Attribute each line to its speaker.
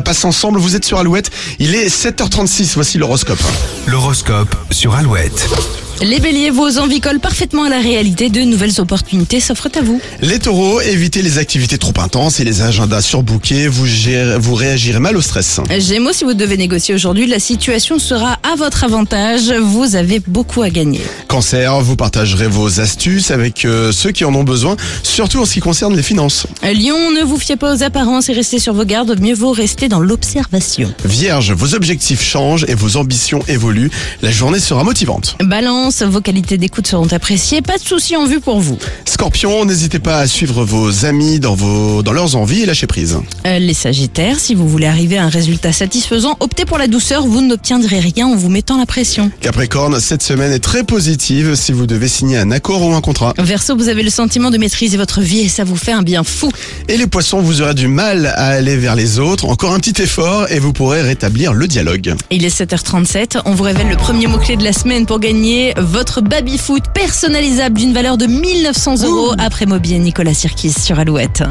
Speaker 1: passe ensemble. Vous êtes sur Alouette. Il est 7h36. Voici l'horoscope.
Speaker 2: L'horoscope sur Alouette.
Speaker 3: Les béliers, vos envies collent parfaitement à la réalité. De nouvelles opportunités s'offrent à vous.
Speaker 1: Les taureaux, évitez les activités trop intenses et les agendas surbookés. Vous, gérez- vous réagirez mal au stress.
Speaker 3: Gémeaux, si vous devez négocier aujourd'hui, la situation sera à votre avantage. Vous avez beaucoup à gagner.
Speaker 1: Cancer, vous partagerez vos astuces avec euh, ceux qui en ont besoin, surtout en ce qui concerne les finances.
Speaker 3: Lion, ne vous fiez pas aux apparences et restez sur vos gardes. Mieux vaut rester dans l'observation.
Speaker 1: Vierge, vos objectifs changent et vos ambitions évoluent. La journée sera motivante.
Speaker 3: Balance, vos qualités d'écoute seront appréciées. Pas de soucis en vue pour vous.
Speaker 1: Scorpion, n'hésitez pas à suivre vos amis dans, vos, dans leurs envies et lâchez prise.
Speaker 3: Euh, Les sagittaires, si vous voulez arriver à un résultat satisfaisant, optez pour la douceur. Vous n'obtiendrez rien en vous mettant la pression.
Speaker 1: Capricorne, cette semaine est très positive si vous devez signer un accord ou un contrat.
Speaker 3: Verseau, vous avez le sentiment de maîtriser votre vie et ça vous fait un bien fou.
Speaker 1: Et les poissons, vous aurez du mal à aller vers les autres. Encore un petit effort et vous pourrez rétablir le dialogue.
Speaker 3: Il est 7h37, on vous révèle le premier mot-clé de la semaine pour gagner votre baby-foot personnalisable d'une valeur de 1900 euros après Moby et Nicolas Sirkis sur Alouette.